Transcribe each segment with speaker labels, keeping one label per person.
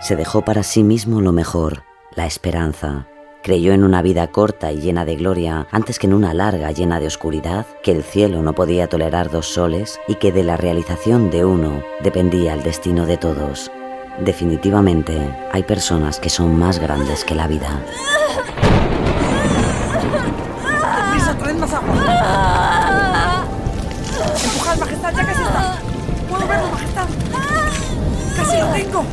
Speaker 1: Se dejó para sí mismo lo mejor, la esperanza. Creyó en una vida corta y llena de gloria antes que en una larga llena de oscuridad, que el cielo no podía tolerar dos soles y que de la realización de uno dependía el destino de todos. Definitivamente, hay personas que son más grandes que la vida.
Speaker 2: ¡Prisa, traed más agua! ¡Empujad, majestad, ya casi está! ¡Puedo verlo, majestad! ¡Casi lo tengo!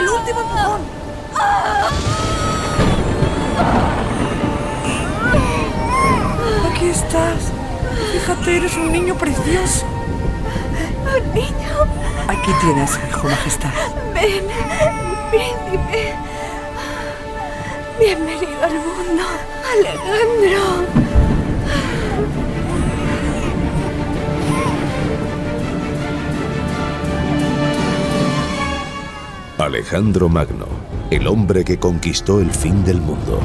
Speaker 2: ¡El último empujón! Aquí estás. Fíjate, eres un niño precioso.
Speaker 3: Un niño.
Speaker 2: Aquí tienes, hijo majestad.
Speaker 3: Ven, príncipe. Bienvenido al mundo, Alejandro.
Speaker 4: Alejandro Magno, el hombre que conquistó el fin del mundo.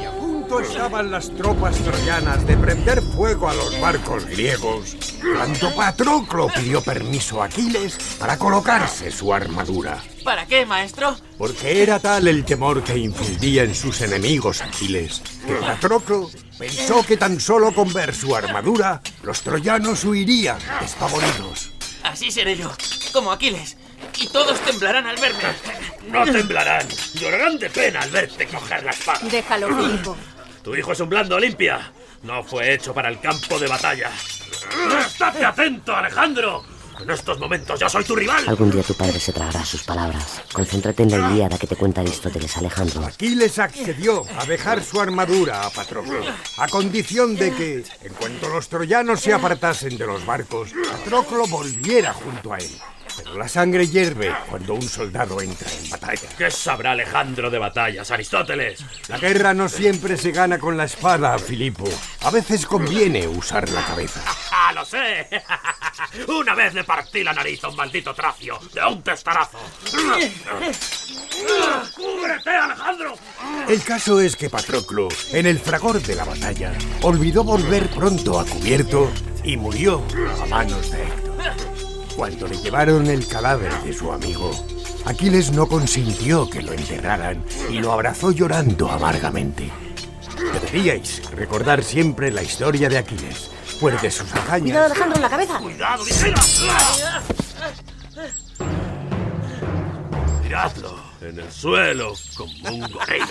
Speaker 5: Y a punto estaban las tropas troyanas de prender fuego a los barcos griegos, cuando Patroclo pidió permiso a Aquiles para colocarse su armadura.
Speaker 6: ¿Para qué, maestro?
Speaker 5: Porque era tal el temor que infundía en sus enemigos Aquiles, que Patroclo pensó que tan solo con ver su armadura, los troyanos huirían despavoridos.
Speaker 6: Así seré yo, como Aquiles. Y todos temblarán al verme.
Speaker 7: No temblarán. Llorarán de pena al verte coger la espada.
Speaker 8: Déjalo, Filipo.
Speaker 7: Tu hijo es un blando Olimpia. No fue hecho para el campo de batalla. ¡Estate atento, Alejandro! En estos momentos ya soy tu rival.
Speaker 1: Algún día tu padre se tragará sus palabras. Concéntrate en la Ilíada que te cuenta Aristóteles, Alejandro.
Speaker 5: Aquiles accedió a dejar su armadura a Patroclo, a condición de que, en cuanto los troyanos se apartasen de los barcos, Patroclo volviera junto a él. Pero la sangre hierve cuando un soldado entra en batalla.
Speaker 7: ¿Qué sabrá Alejandro de batallas, Aristóteles?
Speaker 5: La guerra no siempre se gana con la espada, Filipo. A veces conviene usar la cabeza.
Speaker 7: ¡Ah, lo sé! Una vez le partí la nariz a un maldito tracio de un testarazo. ¡Cúbrete, Alejandro!
Speaker 5: El caso es que Patroclo, en el fragor de la batalla, olvidó volver pronto a cubierto y murió a manos de Héctor. Cuando le llevaron el cadáver de su amigo, Aquiles no consintió que lo enterraran y lo abrazó llorando amargamente. Deberíais recordar siempre la historia de Aquiles, pues de sus hazañas...
Speaker 8: Cuidado, Alejandro, en la cabeza.
Speaker 7: ¡Cuidado, vigila! ¡Miradlo! En el suelo, como un gorrino.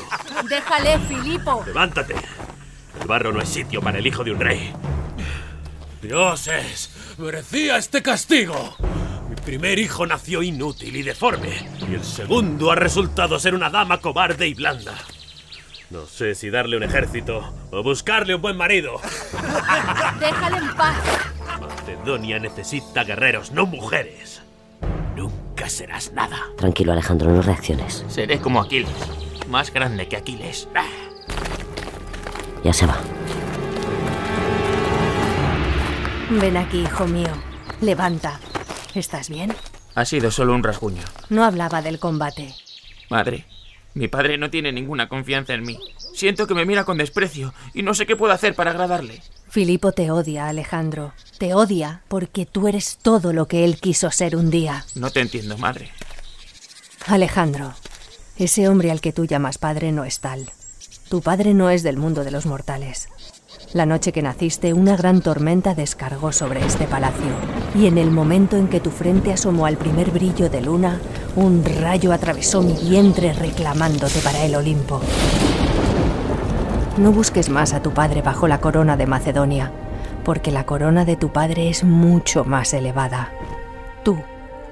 Speaker 8: Déjale, Filipo.
Speaker 7: ¡Levántate! El barro no es sitio para el hijo de un rey. ¡Dioses! ¡Merecía este castigo! Mi primer hijo nació inútil y deforme, y el segundo ha resultado ser una dama cobarde y blanda. No sé si darle un ejército o buscarle un buen marido.
Speaker 8: Déjale en paz.
Speaker 7: Macedonia necesita guerreros, no mujeres. Nunca serás nada.
Speaker 1: Tranquilo, Alejandro, no reacciones.
Speaker 6: Seré como Aquiles. Más grande que Aquiles. Ah,
Speaker 1: Ya se va.
Speaker 8: Ven aquí, hijo mío. Levanta. ¿Estás bien?
Speaker 6: Ha sido solo un rasguño.
Speaker 8: No hablaba del combate.
Speaker 6: Madre, mi padre no tiene ninguna confianza en mí. Siento que me mira con desprecio y no sé qué puedo hacer para agradarle.
Speaker 8: Filipo te odia, Alejandro. Te odia porque tú eres todo lo que él quiso ser un día.
Speaker 6: No te entiendo, madre.
Speaker 8: Alejandro, ese hombre al que tú llamas padre no es tal. Tu padre no es del mundo de los mortales. La noche que naciste, una gran tormenta descargó sobre este palacio, y en el momento en que tu frente asomó al primer brillo de luna, un rayo atravesó mi vientre reclamándote para el Olimpo. No busques más a tu padre bajo la corona de Macedonia, porque la corona de tu padre es mucho más elevada. Tú,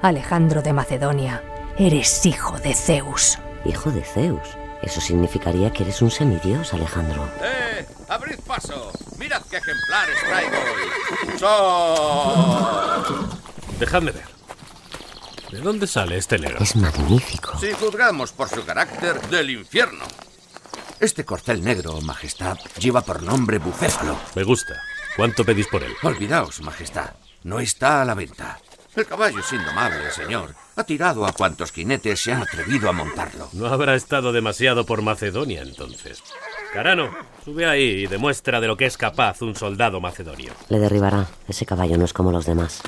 Speaker 8: Alejandro de Macedonia, eres hijo de Zeus.
Speaker 1: hijo de Zeus. Eso significaría que eres un semidios, Alejandro.
Speaker 9: ¡Eh! ¡Abrid paso! ¡Mirad qué ejemplares traigo hoy! ¡Sol!
Speaker 7: Dejadme ver. ¿De dónde sale este negro?
Speaker 1: Es magnífico.
Speaker 9: Si juzgamos por su carácter, del infierno.
Speaker 10: Este corcel negro, Majestad, lleva por nombre Bucéfalo.
Speaker 7: Me gusta. ¿Cuánto pedís por él?
Speaker 10: Olvidaos, Majestad. No está a la venta. El caballo es indomable, señor. Ha tirado a cuantos jinetes se han atrevido a montarlo.
Speaker 7: No habrá estado demasiado por Macedonia entonces. Carano, sube ahí y demuestra de lo que es capaz un soldado macedonio.
Speaker 1: Le derribará. Ese caballo no es como los demás.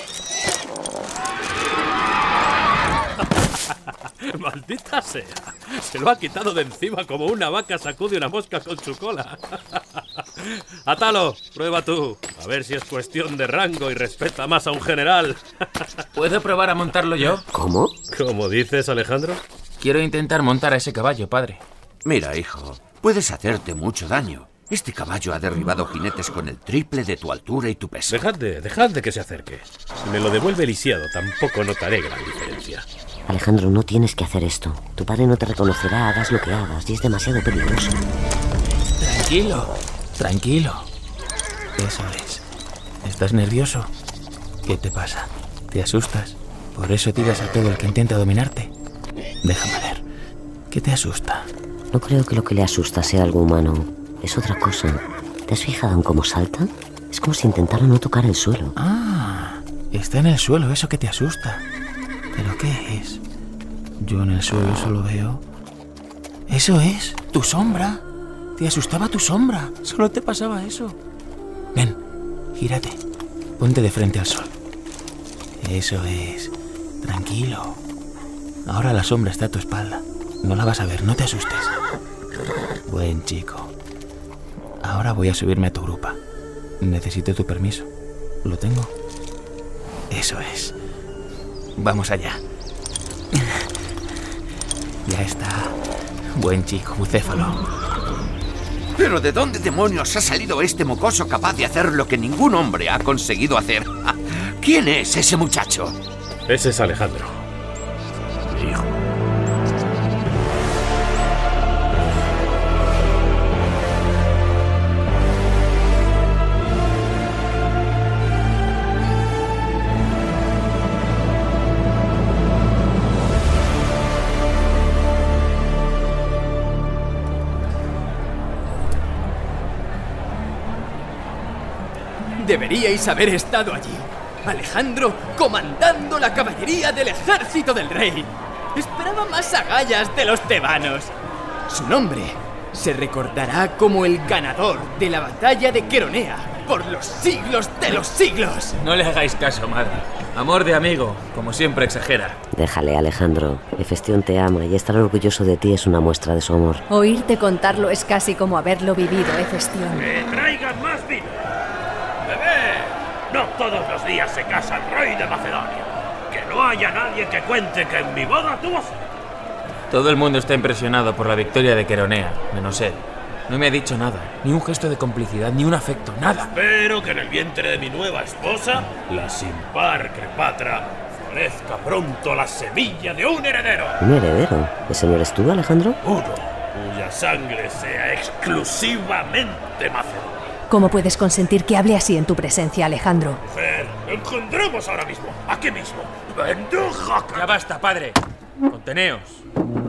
Speaker 7: ¡Maldita sea! Se lo ha quitado de encima como una vaca sacude una mosca con su cola. ¡Atalo! ¡Prueba tú! A ver si es cuestión de rango y respeta más a un general.
Speaker 6: ¿Puedo probar a montarlo yo?
Speaker 1: ¿Cómo?
Speaker 7: ¿Cómo dices, Alejandro?
Speaker 6: Quiero intentar montar a ese caballo, padre.
Speaker 10: Mira, hijo, puedes hacerte mucho daño. Este caballo ha derribado jinetes con el triple de tu altura y tu peso.
Speaker 7: Dejad de, dejad de que se acerque. Si me lo devuelve lisiado, tampoco notaré gran diferencia.
Speaker 1: Alejandro, no tienes que hacer esto. Tu padre no te reconocerá, hagas lo que hagas, y es demasiado peligroso.
Speaker 6: Tranquilo, tranquilo. Eso es. ¿Estás nervioso? ¿Qué te pasa? ¿Te asustas? ¿Por eso tiras a todo el que intenta dominarte? Déjame ver. ¿Qué te asusta?
Speaker 1: No creo que lo que le asusta sea algo humano. Es otra cosa. ¿Te has fijado en cómo salta? Es como si intentara no tocar el suelo.
Speaker 6: Ah, está en el suelo eso que te asusta. ¿Pero qué es? Yo en el suelo solo veo... Eso es, tu sombra. Te asustaba tu sombra. Solo te pasaba eso. Ven, gírate. Ponte de frente al sol. Eso es. Tranquilo. Ahora la sombra está a tu espalda. No la vas a ver, no te asustes. Buen chico. Ahora voy a subirme a tu grupa. Necesito tu permiso. ¿Lo tengo? Eso es. Vamos allá. Ya está. Buen chico, bucéfalo.
Speaker 10: Pero ¿de dónde demonios ha salido este mocoso capaz de hacer lo que ningún hombre ha conseguido hacer? ¿Quién es ese muchacho?
Speaker 7: Ese es Alejandro. Mi hijo.
Speaker 11: Deberíais haber estado allí. Alejandro comandando la caballería del ejército del rey. Esperaba más agallas de los tebanos. Su nombre se recordará como el ganador de la batalla de Queronea por los siglos de los siglos.
Speaker 6: No le hagáis caso, madre. Amor de amigo, como siempre exagera.
Speaker 1: Déjale, Alejandro. Efestión te ama y estar orgulloso de ti es una muestra de su amor.
Speaker 8: Oírte contarlo es casi como haberlo vivido, ¿eh, Efestión.
Speaker 7: ¡Que traigan más vino! ¡Bebé! No todos los días se casa el rey de Macedonia. Que no haya nadie que cuente que en mi boda tuvo...
Speaker 6: Todo el mundo está impresionado por la victoria de Queronea, menos él. No me ha dicho nada, ni un gesto de complicidad, ni un afecto, nada.
Speaker 7: Espero que en el vientre de mi nueva esposa, la sin par Crepatra, florezca pronto la semilla de un heredero.
Speaker 1: ¿Un heredero? ¿Ese no eres tú, Alejandro?
Speaker 7: Uno cuya sangre sea exclusivamente macedonia.
Speaker 8: ¿Cómo puedes consentir que hable así en tu presencia, Alejandro?
Speaker 7: Fer, encontremos ahora mismo, aquí mismo. ¡Benduja!
Speaker 6: Ya basta, padre. Conteneos.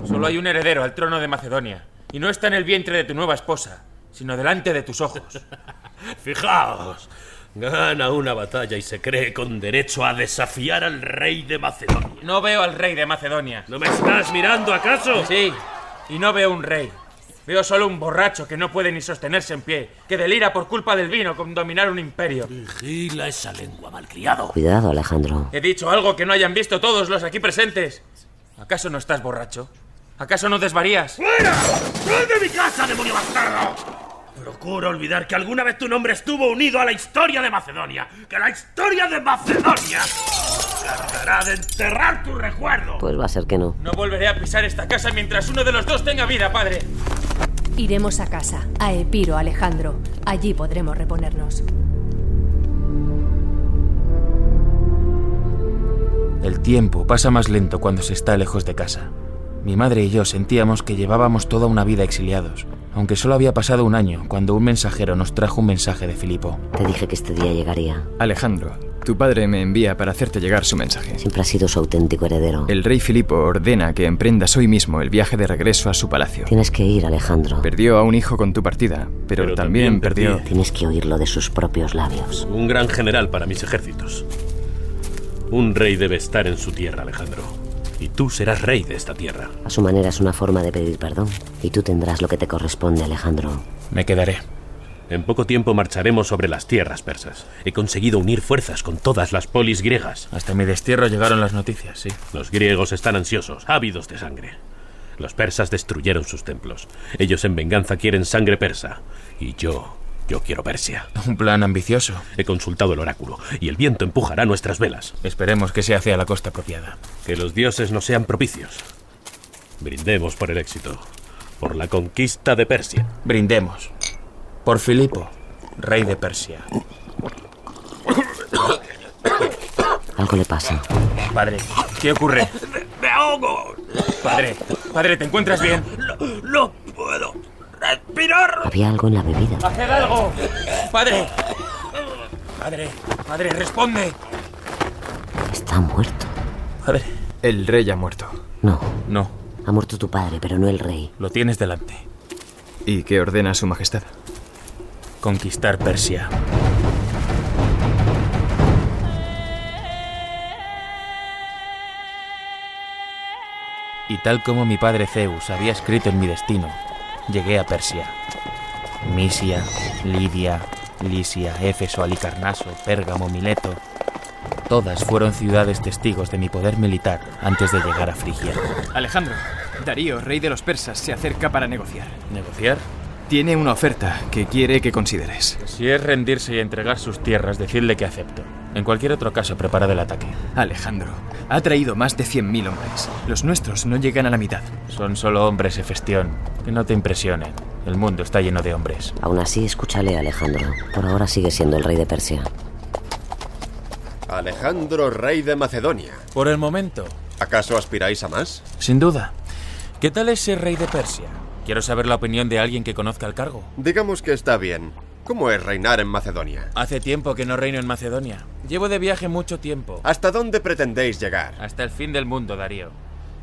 Speaker 6: Solo hay un heredero al trono de Macedonia. Y no está en el vientre de tu nueva esposa, sino delante de tus ojos.
Speaker 7: Fijaos. Gana una batalla y se cree con derecho a desafiar al rey de Macedonia.
Speaker 6: No veo al rey de Macedonia.
Speaker 7: ¿No me estás mirando acaso?
Speaker 6: Sí, y no veo un rey. Veo solo un borracho que no puede ni sostenerse en pie, que delira por culpa del vino con dominar un imperio.
Speaker 7: Vigila esa lengua, malcriado.
Speaker 1: Cuidado, Alejandro.
Speaker 6: He dicho algo que no hayan visto todos los aquí presentes. ¿Acaso no estás borracho? ¿Acaso no desvarías?
Speaker 7: ¡Fuera! ¡Sal de mi casa, demonio bastardo! Procura olvidar que alguna vez tu nombre estuvo unido a la historia de Macedonia. ¡Que la historia de Macedonia! ¡Tardará de enterrar tu recuerdo!
Speaker 1: Pues va a ser que no.
Speaker 6: No volveré a pisar esta casa mientras uno de los dos tenga vida, padre.
Speaker 8: Iremos a casa, a Epiro, Alejandro. Allí podremos reponernos.
Speaker 6: El tiempo pasa más lento cuando se está lejos de casa. Mi madre y yo sentíamos que llevábamos toda una vida exiliados, aunque solo había pasado un año cuando un mensajero nos trajo un mensaje de Filipo.
Speaker 1: Te dije que este día llegaría.
Speaker 12: Alejandro, tu padre me envía para hacerte llegar su mensaje.
Speaker 1: Siempre ha sido su auténtico heredero.
Speaker 12: El rey Filipo ordena que emprendas hoy mismo el viaje de regreso a su palacio.
Speaker 1: Tienes que ir, Alejandro.
Speaker 12: Perdió a un hijo con tu partida, pero,
Speaker 10: Pero
Speaker 12: también,
Speaker 10: también perdió-
Speaker 12: perdió...
Speaker 1: Tienes que oírlo de sus propios labios.
Speaker 10: Pues, Un gran general para mis ejércitos. Un rey debe estar en su tierra, Alejandro. Y tú serás rey de esta tierra.
Speaker 1: A su manera es una forma de pedir perdón. Y tú tendrás lo que te corresponde, Alejandro.
Speaker 6: Me quedaré.
Speaker 10: En poco tiempo marcharemos sobre las tierras persas. He conseguido unir fuerzas con todas las polis griegas.
Speaker 6: Hasta mi destierro llegaron las noticias, sí.
Speaker 10: Los griegos están ansiosos, ávidos de sangre. Los persas destruyeron sus templos. Ellos en venganza quieren sangre persa. Y yo, yo quiero Persia.
Speaker 6: Un plan ambicioso.
Speaker 10: He consultado el oráculo y el viento empujará nuestras velas.
Speaker 6: Esperemos que sea hacia la costa apropiada.
Speaker 10: Que los dioses nos sean propicios. Brindemos por el éxito, por la conquista de Persia.
Speaker 6: Brindemos. Por Filipo, rey de Persia.
Speaker 1: Algo le pasa.
Speaker 6: Padre, ¿qué ocurre?
Speaker 13: ¡Me ahogo!
Speaker 6: Padre, padre, ¿te encuentras bien?
Speaker 13: ¡No, no puedo respirar!
Speaker 1: Había algo en la bebida.
Speaker 6: ¡Haced algo! ¡Padre! ¡Padre! ¡Padre, responde!
Speaker 1: Está muerto.
Speaker 6: Padre.
Speaker 12: El rey ha muerto.
Speaker 1: No.
Speaker 6: No.
Speaker 1: Ha muerto tu padre, pero no el rey.
Speaker 6: Lo tienes delante.
Speaker 12: ¿Y qué ordena su majestad?
Speaker 6: Conquistar Persia. Y tal como mi padre Zeus había escrito en mi destino, llegué a Persia. Misia, Lidia, Lisia, Éfeso, Alicarnaso, Pérgamo, Mileto. Todas fueron ciudades testigos de mi poder militar antes de llegar a Frigia.
Speaker 14: Alejandro, Darío, rey de los persas, se acerca para negociar.
Speaker 6: ¿Negociar?
Speaker 12: Tiene una oferta que quiere que consideres.
Speaker 6: Si es rendirse y entregar sus tierras, decidle que acepto. En cualquier otro caso, preparad el ataque.
Speaker 12: Alejandro, ha traído más de 100.000 hombres. Los nuestros no llegan a la mitad.
Speaker 6: Son solo hombres, Efestión. Que no te impresione. El mundo está lleno de hombres.
Speaker 1: Aún así, escúchale, Alejandro. Por ahora sigue siendo el rey de Persia.
Speaker 15: Alejandro, rey de Macedonia.
Speaker 6: Por el momento.
Speaker 15: ¿Acaso aspiráis a más?
Speaker 6: Sin duda. ¿Qué tal es el rey de Persia? Quiero saber la opinión de alguien que conozca el cargo.
Speaker 15: Digamos que está bien. ¿Cómo es reinar en Macedonia?
Speaker 6: Hace tiempo que no reino en Macedonia. Llevo de viaje mucho tiempo.
Speaker 15: ¿Hasta dónde pretendéis llegar?
Speaker 6: Hasta el fin del mundo, Darío.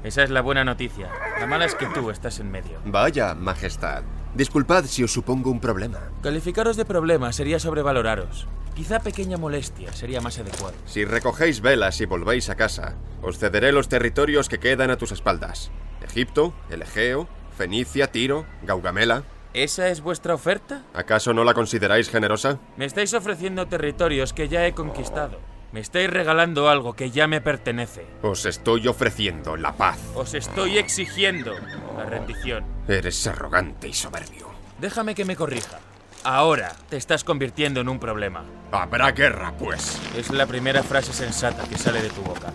Speaker 6: Esa es la buena noticia. La mala es que tú estás en medio.
Speaker 15: Vaya, Majestad. Disculpad si os supongo un problema.
Speaker 6: Calificaros de problema sería sobrevaloraros. Quizá pequeña molestia sería más adecuado.
Speaker 15: Si recogéis velas y volvéis a casa, os cederé los territorios que quedan a tus espaldas. Egipto, el Egeo, Fenicia, Tiro, Gaugamela.
Speaker 6: ¿Esa es vuestra oferta?
Speaker 15: ¿Acaso no la consideráis generosa?
Speaker 6: Me estáis ofreciendo territorios que ya he conquistado. Me estáis regalando algo que ya me pertenece.
Speaker 15: Os estoy ofreciendo la paz.
Speaker 6: Os estoy exigiendo la rendición.
Speaker 15: Eres arrogante y soberbio.
Speaker 6: Déjame que me corrija. Ahora te estás convirtiendo en un problema.
Speaker 15: Habrá guerra, pues.
Speaker 6: Es la primera frase sensata que sale de tu boca.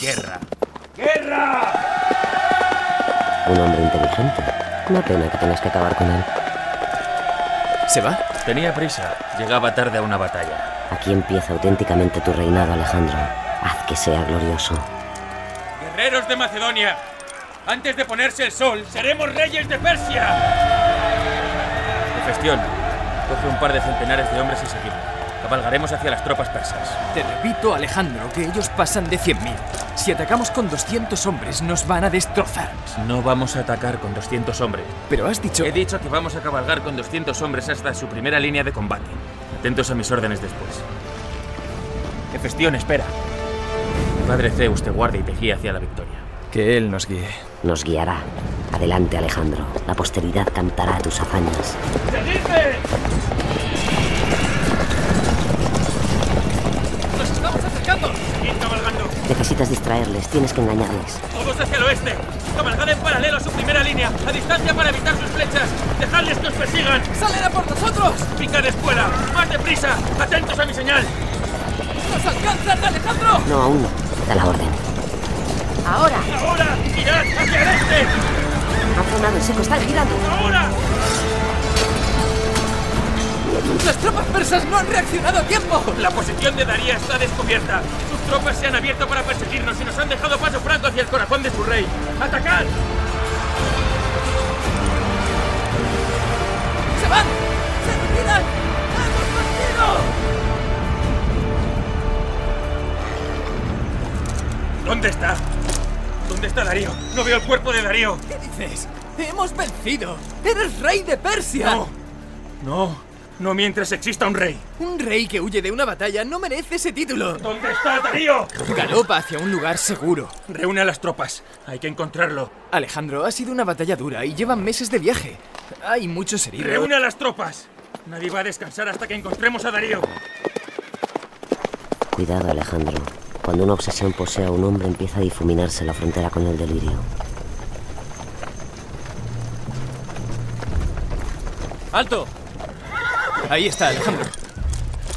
Speaker 6: Guerra.
Speaker 1: Un hombre inteligente. Una pena que tengas que acabar con él.
Speaker 6: ¿Se va? Tenía prisa. Llegaba tarde a una batalla.
Speaker 1: Aquí empieza auténticamente tu reinado, Alejandro. Haz que sea glorioso.
Speaker 6: Guerreros de Macedonia, antes de ponerse el sol, seremos reyes de Persia. Gestión. Coge un par de centenares de hombres y seguimos. Cabalgaremos hacia las tropas persas.
Speaker 14: Te repito, Alejandro, que ellos pasan de 100.000. Si atacamos con 200 hombres, nos van a destrozar.
Speaker 6: No vamos a atacar con 200 hombres.
Speaker 14: Pero has dicho...
Speaker 6: He dicho que vamos a cabalgar con 200 hombres hasta su primera línea de combate. Atentos a mis órdenes después. Efestión, espera. Padre Zeus te guarde y te guíe hacia la victoria.
Speaker 12: Que él nos guíe.
Speaker 1: Nos guiará. Adelante, Alejandro. La posteridad cantará tus hazañas.
Speaker 14: ¡Nos estamos acercando!
Speaker 6: cabalgando!
Speaker 1: Necesitas distraerles, tienes que engañarles.
Speaker 6: ¡Todos hacia el oeste! ¡Cabalgad en paralelo a su primera línea! ¡A distancia para evitar sus flechas! ¡Dejadles que os persigan!
Speaker 14: ¡Salen a por nosotros!
Speaker 6: ¡Picad fuera! ¡Más deprisa! ¡Atentos a mi señal!
Speaker 14: ¡Nos alcanzan, Alejandro!
Speaker 1: No, aún no. Da la orden.
Speaker 16: Ahora.
Speaker 6: ¡Ahora! ¡Girad hacia el este!
Speaker 16: Ha frenado en seco, están girando.
Speaker 6: ¡Ahora!
Speaker 14: ¡Las tropas persas no han reaccionado a tiempo!
Speaker 6: La posición de Daría está descubierta. Sus tropas se han abierto para perseguirnos y nos han dejado paso franco hacia el corazón de su rey. ¡Atacad!
Speaker 11: se van! ¡Se retiran! ¡Hemos
Speaker 14: ¿Dónde está? ¿Dónde está Darío? No veo el cuerpo de Darío.
Speaker 11: ¿Qué dices? ¡Hemos vencido! ¡Eres rey de Persia!
Speaker 14: No. No, no mientras exista un rey.
Speaker 11: Un rey que huye de una batalla no merece ese título.
Speaker 14: ¿Dónde está Darío?
Speaker 11: Galopa hacia un lugar seguro.
Speaker 14: Reúne a las tropas. Hay que encontrarlo.
Speaker 12: Alejandro, ha sido una batalla dura y llevan meses de viaje. Hay muchos heridos.
Speaker 14: Reúne a las tropas. Nadie va a descansar hasta que encontremos a Darío.
Speaker 1: Cuidado, Alejandro. Cuando una obsesión posee a un hombre empieza a difuminarse la frontera con el delirio.
Speaker 12: ¡Alto! Ahí está, Alejandro.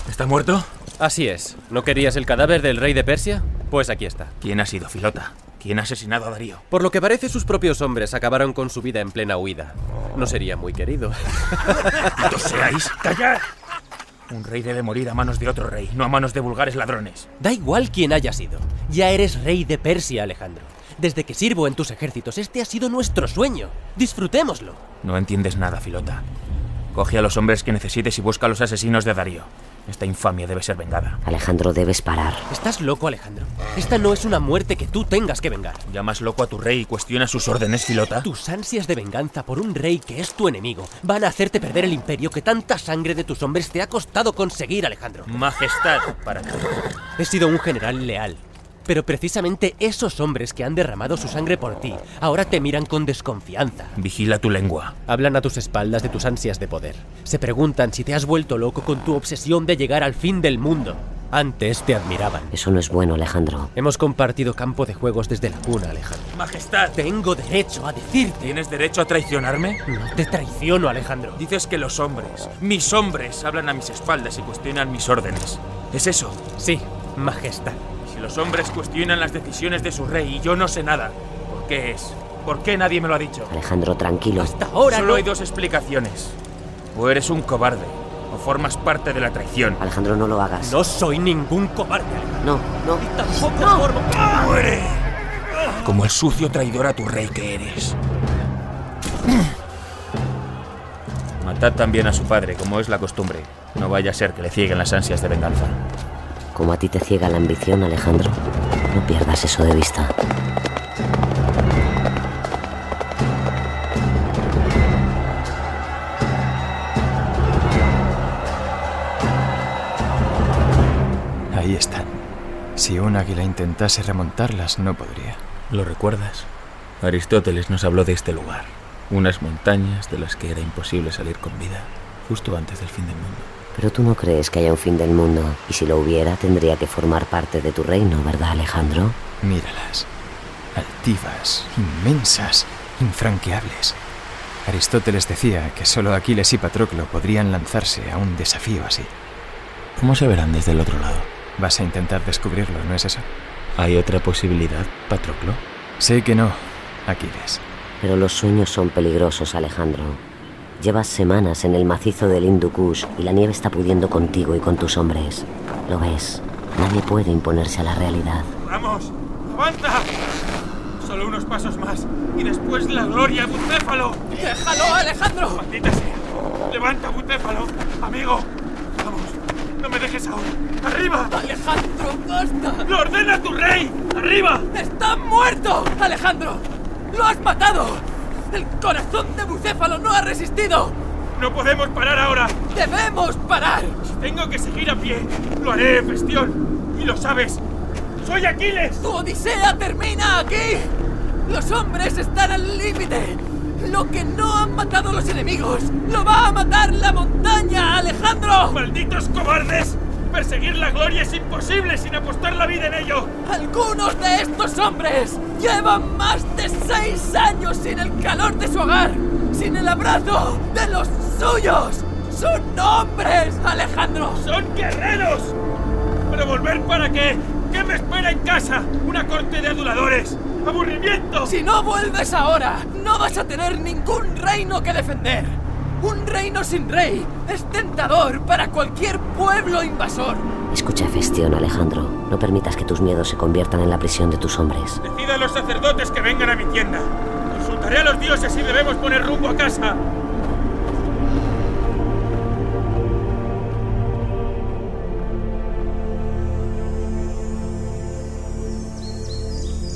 Speaker 6: ¿Está muerto?
Speaker 17: Así es. ¿No querías el cadáver del rey de Persia? Pues aquí está.
Speaker 6: ¿Quién ha sido Filota? ¿Quién ha asesinado a Darío?
Speaker 17: Por lo que parece, sus propios hombres acabaron con su vida en plena huida. No sería muy querido.
Speaker 6: ¡No seáis! ¡Callad! Un rey debe morir a manos de otro rey, no a manos de vulgares ladrones.
Speaker 17: Da igual quién haya sido. Ya eres rey de Persia, Alejandro. Desde que sirvo en tus ejércitos, este ha sido nuestro sueño. Disfrutémoslo.
Speaker 6: No entiendes nada, Filota. Coge a los hombres que necesites y busca a los asesinos de Darío. Esta infamia debe ser vengada.
Speaker 1: Alejandro, debes parar.
Speaker 17: ¿Estás loco, Alejandro? Esta no es una muerte que tú tengas que vengar.
Speaker 6: ¿Llamas loco a tu rey y cuestionas sus órdenes, Filota?
Speaker 17: Tus ansias de venganza por un rey que es tu enemigo van a hacerte perder el imperio que tanta sangre de tus hombres te ha costado conseguir, Alejandro.
Speaker 6: Majestad, para acá.
Speaker 17: He sido un general leal. Pero precisamente esos hombres que han derramado su sangre por ti ahora te miran con desconfianza.
Speaker 6: Vigila tu lengua.
Speaker 17: Hablan a tus espaldas de tus ansias de poder. Se preguntan si te has vuelto loco con tu obsesión de llegar al fin del mundo. Antes te admiraban.
Speaker 1: Eso no es bueno, Alejandro.
Speaker 17: Hemos compartido campo de juegos desde la cuna, Alejandro.
Speaker 14: Majestad,
Speaker 17: Tengo derecho a decirte.
Speaker 14: ¿tienes derecho a traicionarme?
Speaker 17: No te traiciono, Alejandro.
Speaker 14: Dices que los hombres, mis hombres, hablan a mis espaldas y cuestionan mis órdenes. ¿Es eso?
Speaker 17: Sí, majestad.
Speaker 14: Si los hombres cuestionan las decisiones de su rey y yo no sé nada, ¿por qué es? ¿Por qué nadie me lo ha dicho?
Speaker 1: Alejandro, tranquilo.
Speaker 17: Ahora
Speaker 14: Solo
Speaker 17: no-
Speaker 14: hay dos explicaciones. O eres un cobarde, o formas parte de la traición.
Speaker 1: Alejandro, no lo hagas.
Speaker 17: No soy ningún cobarde.
Speaker 1: No, no.
Speaker 17: Tampoco formo-
Speaker 14: ¡Muere! Como el sucio traidor a tu rey que eres. Matad también a su padre, como es la costumbre. No vaya a ser que le cieguen las ansias de venganza.
Speaker 1: Como a ti te ciega la ambición, Alejandro, no pierdas eso de vista.
Speaker 12: Ahí están. Si un águila intentase remontarlas, no podría.
Speaker 6: ¿Lo recuerdas? Aristóteles nos habló de este lugar. Unas montañas de las que era imposible salir con vida, justo antes del fin del mundo.
Speaker 1: Pero tú no crees que haya un fin del mundo, y si lo hubiera, tendría que formar parte de tu reino, ¿verdad, Alejandro?
Speaker 12: Míralas. Altivas, inmensas, infranqueables. Aristóteles decía que solo Aquiles y Patroclo podrían lanzarse a un desafío así.
Speaker 6: ¿Cómo se verán desde el otro lado?
Speaker 12: Vas a intentar descubrirlo, ¿no es eso?
Speaker 6: ¿Hay otra posibilidad, Patroclo?
Speaker 12: Sé que no, Aquiles.
Speaker 1: Pero los sueños son peligrosos, Alejandro. Llevas semanas en el macizo del Hindu Kush y la nieve está pudiendo contigo y con tus hombres. Lo ves, nadie puede imponerse a la realidad.
Speaker 14: ¡Vamos! ¡Avanza! Solo unos pasos más y después la gloria, Bucéfalo.
Speaker 11: ¡Déjalo, Alejandro!
Speaker 14: ¡Maldita sea! ¡Levanta, Bucéfalo! ¡Amigo! ¡Vamos! ¡No me dejes ahora! ¡Arriba!
Speaker 11: ¡Alejandro, basta!
Speaker 14: ¡Lo ordena tu rey! ¡Arriba!
Speaker 11: ¡Está muerto! ¡Alejandro! ¡Lo has matado! ¡El corazón de Bucéfalo no ha resistido!
Speaker 14: ¡No podemos parar ahora!
Speaker 11: ¡Debemos parar!
Speaker 14: Si tengo que seguir a pie, lo haré, Festión. Y lo sabes. ¡Soy Aquiles!
Speaker 11: ¡Tu odisea termina aquí! ¡Los hombres están al límite! ¡Lo que no han matado los enemigos lo va a matar la montaña, Alejandro!
Speaker 14: ¡Malditos cobardes! Perseguir la gloria es imposible sin apostar la vida en ello.
Speaker 11: Algunos de estos hombres llevan más de seis años sin el calor de su hogar, sin el abrazo de los suyos. Son hombres, Alejandro.
Speaker 14: ¡Son guerreros! ¿Pero volver para qué? ¿Qué me espera en casa? ¿Una corte de aduladores? ¡Aburrimiento!
Speaker 11: Si no vuelves ahora, no vas a tener ningún reino que defender. Un reino sin rey es tentador para cualquier pueblo invasor.
Speaker 1: Escucha, Festión, Alejandro. No permitas que tus miedos se conviertan en la prisión de tus hombres.
Speaker 14: Decida a los sacerdotes que vengan a mi tienda. Consultaré a los dioses si debemos poner rumbo a casa.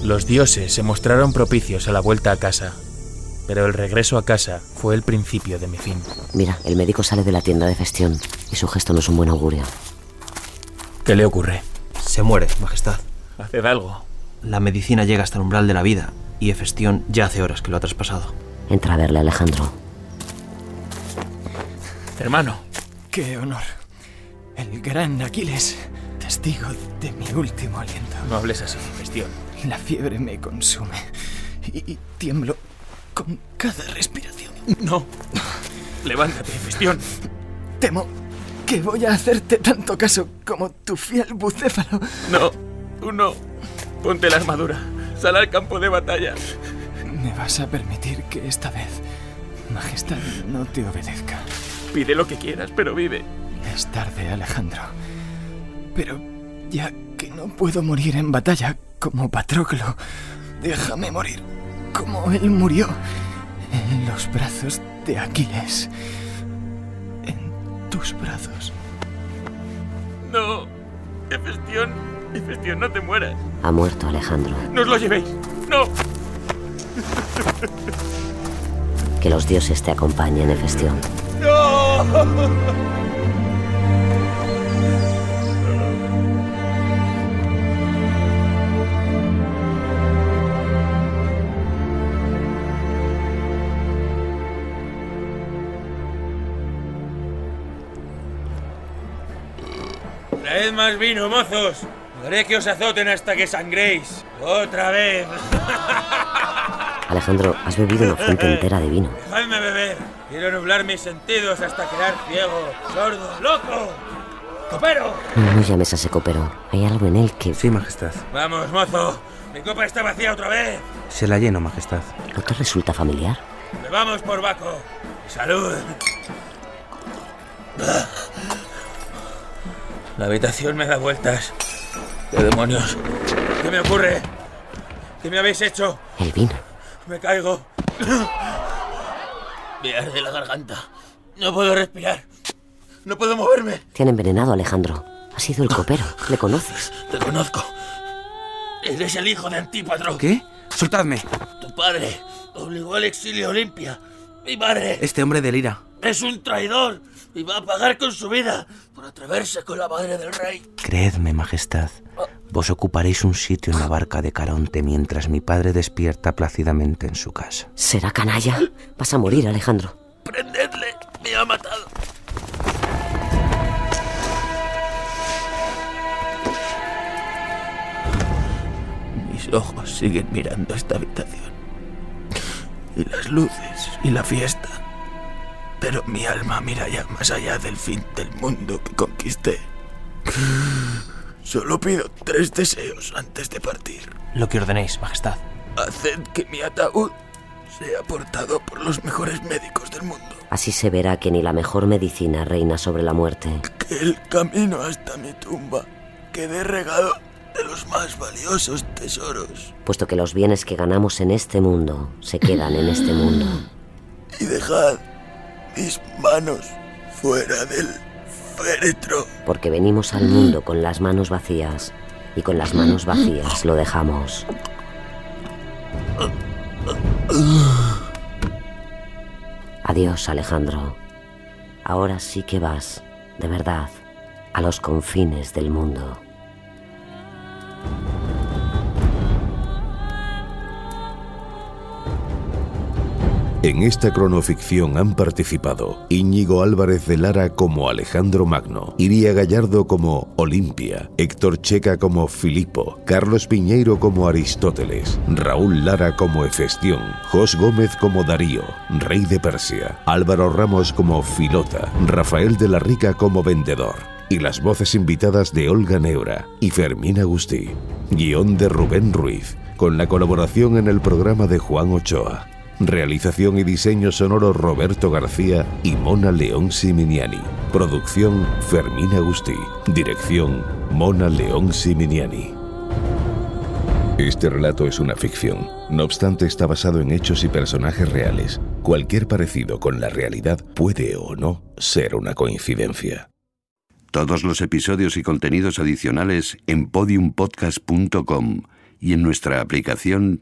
Speaker 6: Los dioses se mostraron propicios a la vuelta a casa, pero el regreso a casa fue el principio de mi fin.
Speaker 1: Mira, el médico sale de la tienda de gestión y su gesto no es un buen augurio.
Speaker 6: ¿Qué le ocurre?
Speaker 18: Se muere, Majestad.
Speaker 6: Haced algo.
Speaker 18: La medicina llega hasta el umbral de la vida y Efestión ya hace horas que lo ha traspasado.
Speaker 1: Entra a verle, Alejandro.
Speaker 6: Hermano.
Speaker 12: Qué honor. El gran Aquiles, testigo de mi último aliento.
Speaker 6: No hables así, Efestión.
Speaker 12: La fiebre me consume y, y tiemblo con cada respiración.
Speaker 6: No. Levántate, Efestión.
Speaker 12: Temo que voy a hacerte tanto caso como tu fiel bucéfalo.
Speaker 6: No, tú no. Ponte la armadura. Sal al campo de batalla.
Speaker 12: ¿Me vas a permitir que esta vez, Majestad, no te obedezca?
Speaker 6: Pide lo que quieras, pero vive.
Speaker 12: Es tarde, Alejandro. Pero ya que no puedo morir en batalla como Patroclo, déjame morir como él murió en los brazos de Aquiles. En tus brazos.
Speaker 6: No, Efestión, Efestión, no te mueras.
Speaker 1: Ha muerto Alejandro.
Speaker 6: ¡No os lo llevéis! ¡No!
Speaker 1: Que los dioses te acompañen, Efestión.
Speaker 6: ¡No!
Speaker 14: Traed más vino, mozos. Haré que os azoten hasta que sangréis. Otra vez.
Speaker 1: Alejandro, has bebido una fuente entera de vino.
Speaker 14: Dejadme beber. Quiero nublar mis sentidos hasta quedar ciego, sordo, loco. ¡Copero!
Speaker 1: No, no llames a ese copero. Hay algo en él que.
Speaker 18: Sí, Majestad.
Speaker 14: Vamos, mozo. Mi copa está vacía otra vez.
Speaker 18: Se la lleno, Majestad.
Speaker 1: ¿No te resulta familiar?
Speaker 14: Bebamos por Baco. Salud. La habitación me da vueltas. ¡Qué demonios! ¿Qué me ocurre? ¿Qué me habéis hecho?
Speaker 1: El vino.
Speaker 14: Me caigo. Me arde la garganta. No puedo respirar. No puedo moverme.
Speaker 1: Te han envenenado, Alejandro. Ha sido el copero. ¿Le conoces?
Speaker 14: Te conozco. Eres el hijo de Antípatro.
Speaker 18: ¿Qué? ¡Soltadme!
Speaker 14: Tu padre obligó al exilio Olimpia. Mi madre.
Speaker 18: Este hombre delira.
Speaker 14: Es un traidor y va a pagar con su vida por atreverse con la madre del rey.
Speaker 18: Creedme, Majestad, vos ocuparéis un sitio en la barca de Caronte mientras mi padre despierta plácidamente en su casa.
Speaker 1: ¿Será canalla? Vas a morir, Alejandro.
Speaker 14: ¡Prendedle! ¡Me ha matado! Mis ojos siguen mirando esta habitación. Y las luces y la fiesta pero mi alma mira ya más allá del fin del mundo que conquisté. Solo pido tres deseos antes de partir.
Speaker 18: Lo que ordenéis, Majestad.
Speaker 14: Haced que mi ataúd sea portado por los mejores médicos del mundo.
Speaker 1: Así se verá que ni la mejor medicina reina sobre la muerte.
Speaker 14: Que el camino hasta mi tumba quede regado de los más valiosos tesoros.
Speaker 1: Puesto que los bienes que ganamos en este mundo se quedan en este mundo.
Speaker 14: Y dejad mis manos fuera del féretro.
Speaker 1: Porque venimos al mundo con las manos vacías y con las manos vacías lo dejamos. Adiós, Alejandro. Ahora sí que vas, de verdad, a los confines del mundo.
Speaker 4: En esta cronoficción han participado Íñigo Álvarez de Lara como Alejandro Magno, Iria Gallardo como Olimpia, Héctor Checa como Filipo, Carlos Piñeiro como Aristóteles, Raúl Lara como Efestión, Jos Gómez como Darío, Rey de Persia, Álvaro Ramos como Filota, Rafael de la Rica como Vendedor. Y las voces invitadas de Olga Neura y Fermín Agustí. Guión de Rubén Ruiz, con la colaboración en el programa de Juan Ochoa. Realización y diseño sonoro Roberto García y Mona León Siminiani. Producción Fermín Agustí. Dirección Mona León Siminiani. Este relato es una ficción, no obstante está basado en hechos y personajes reales. Cualquier parecido con la realidad puede o no ser una coincidencia.
Speaker 19: Todos los episodios y contenidos adicionales en podiumpodcast.com
Speaker 4: y en nuestra aplicación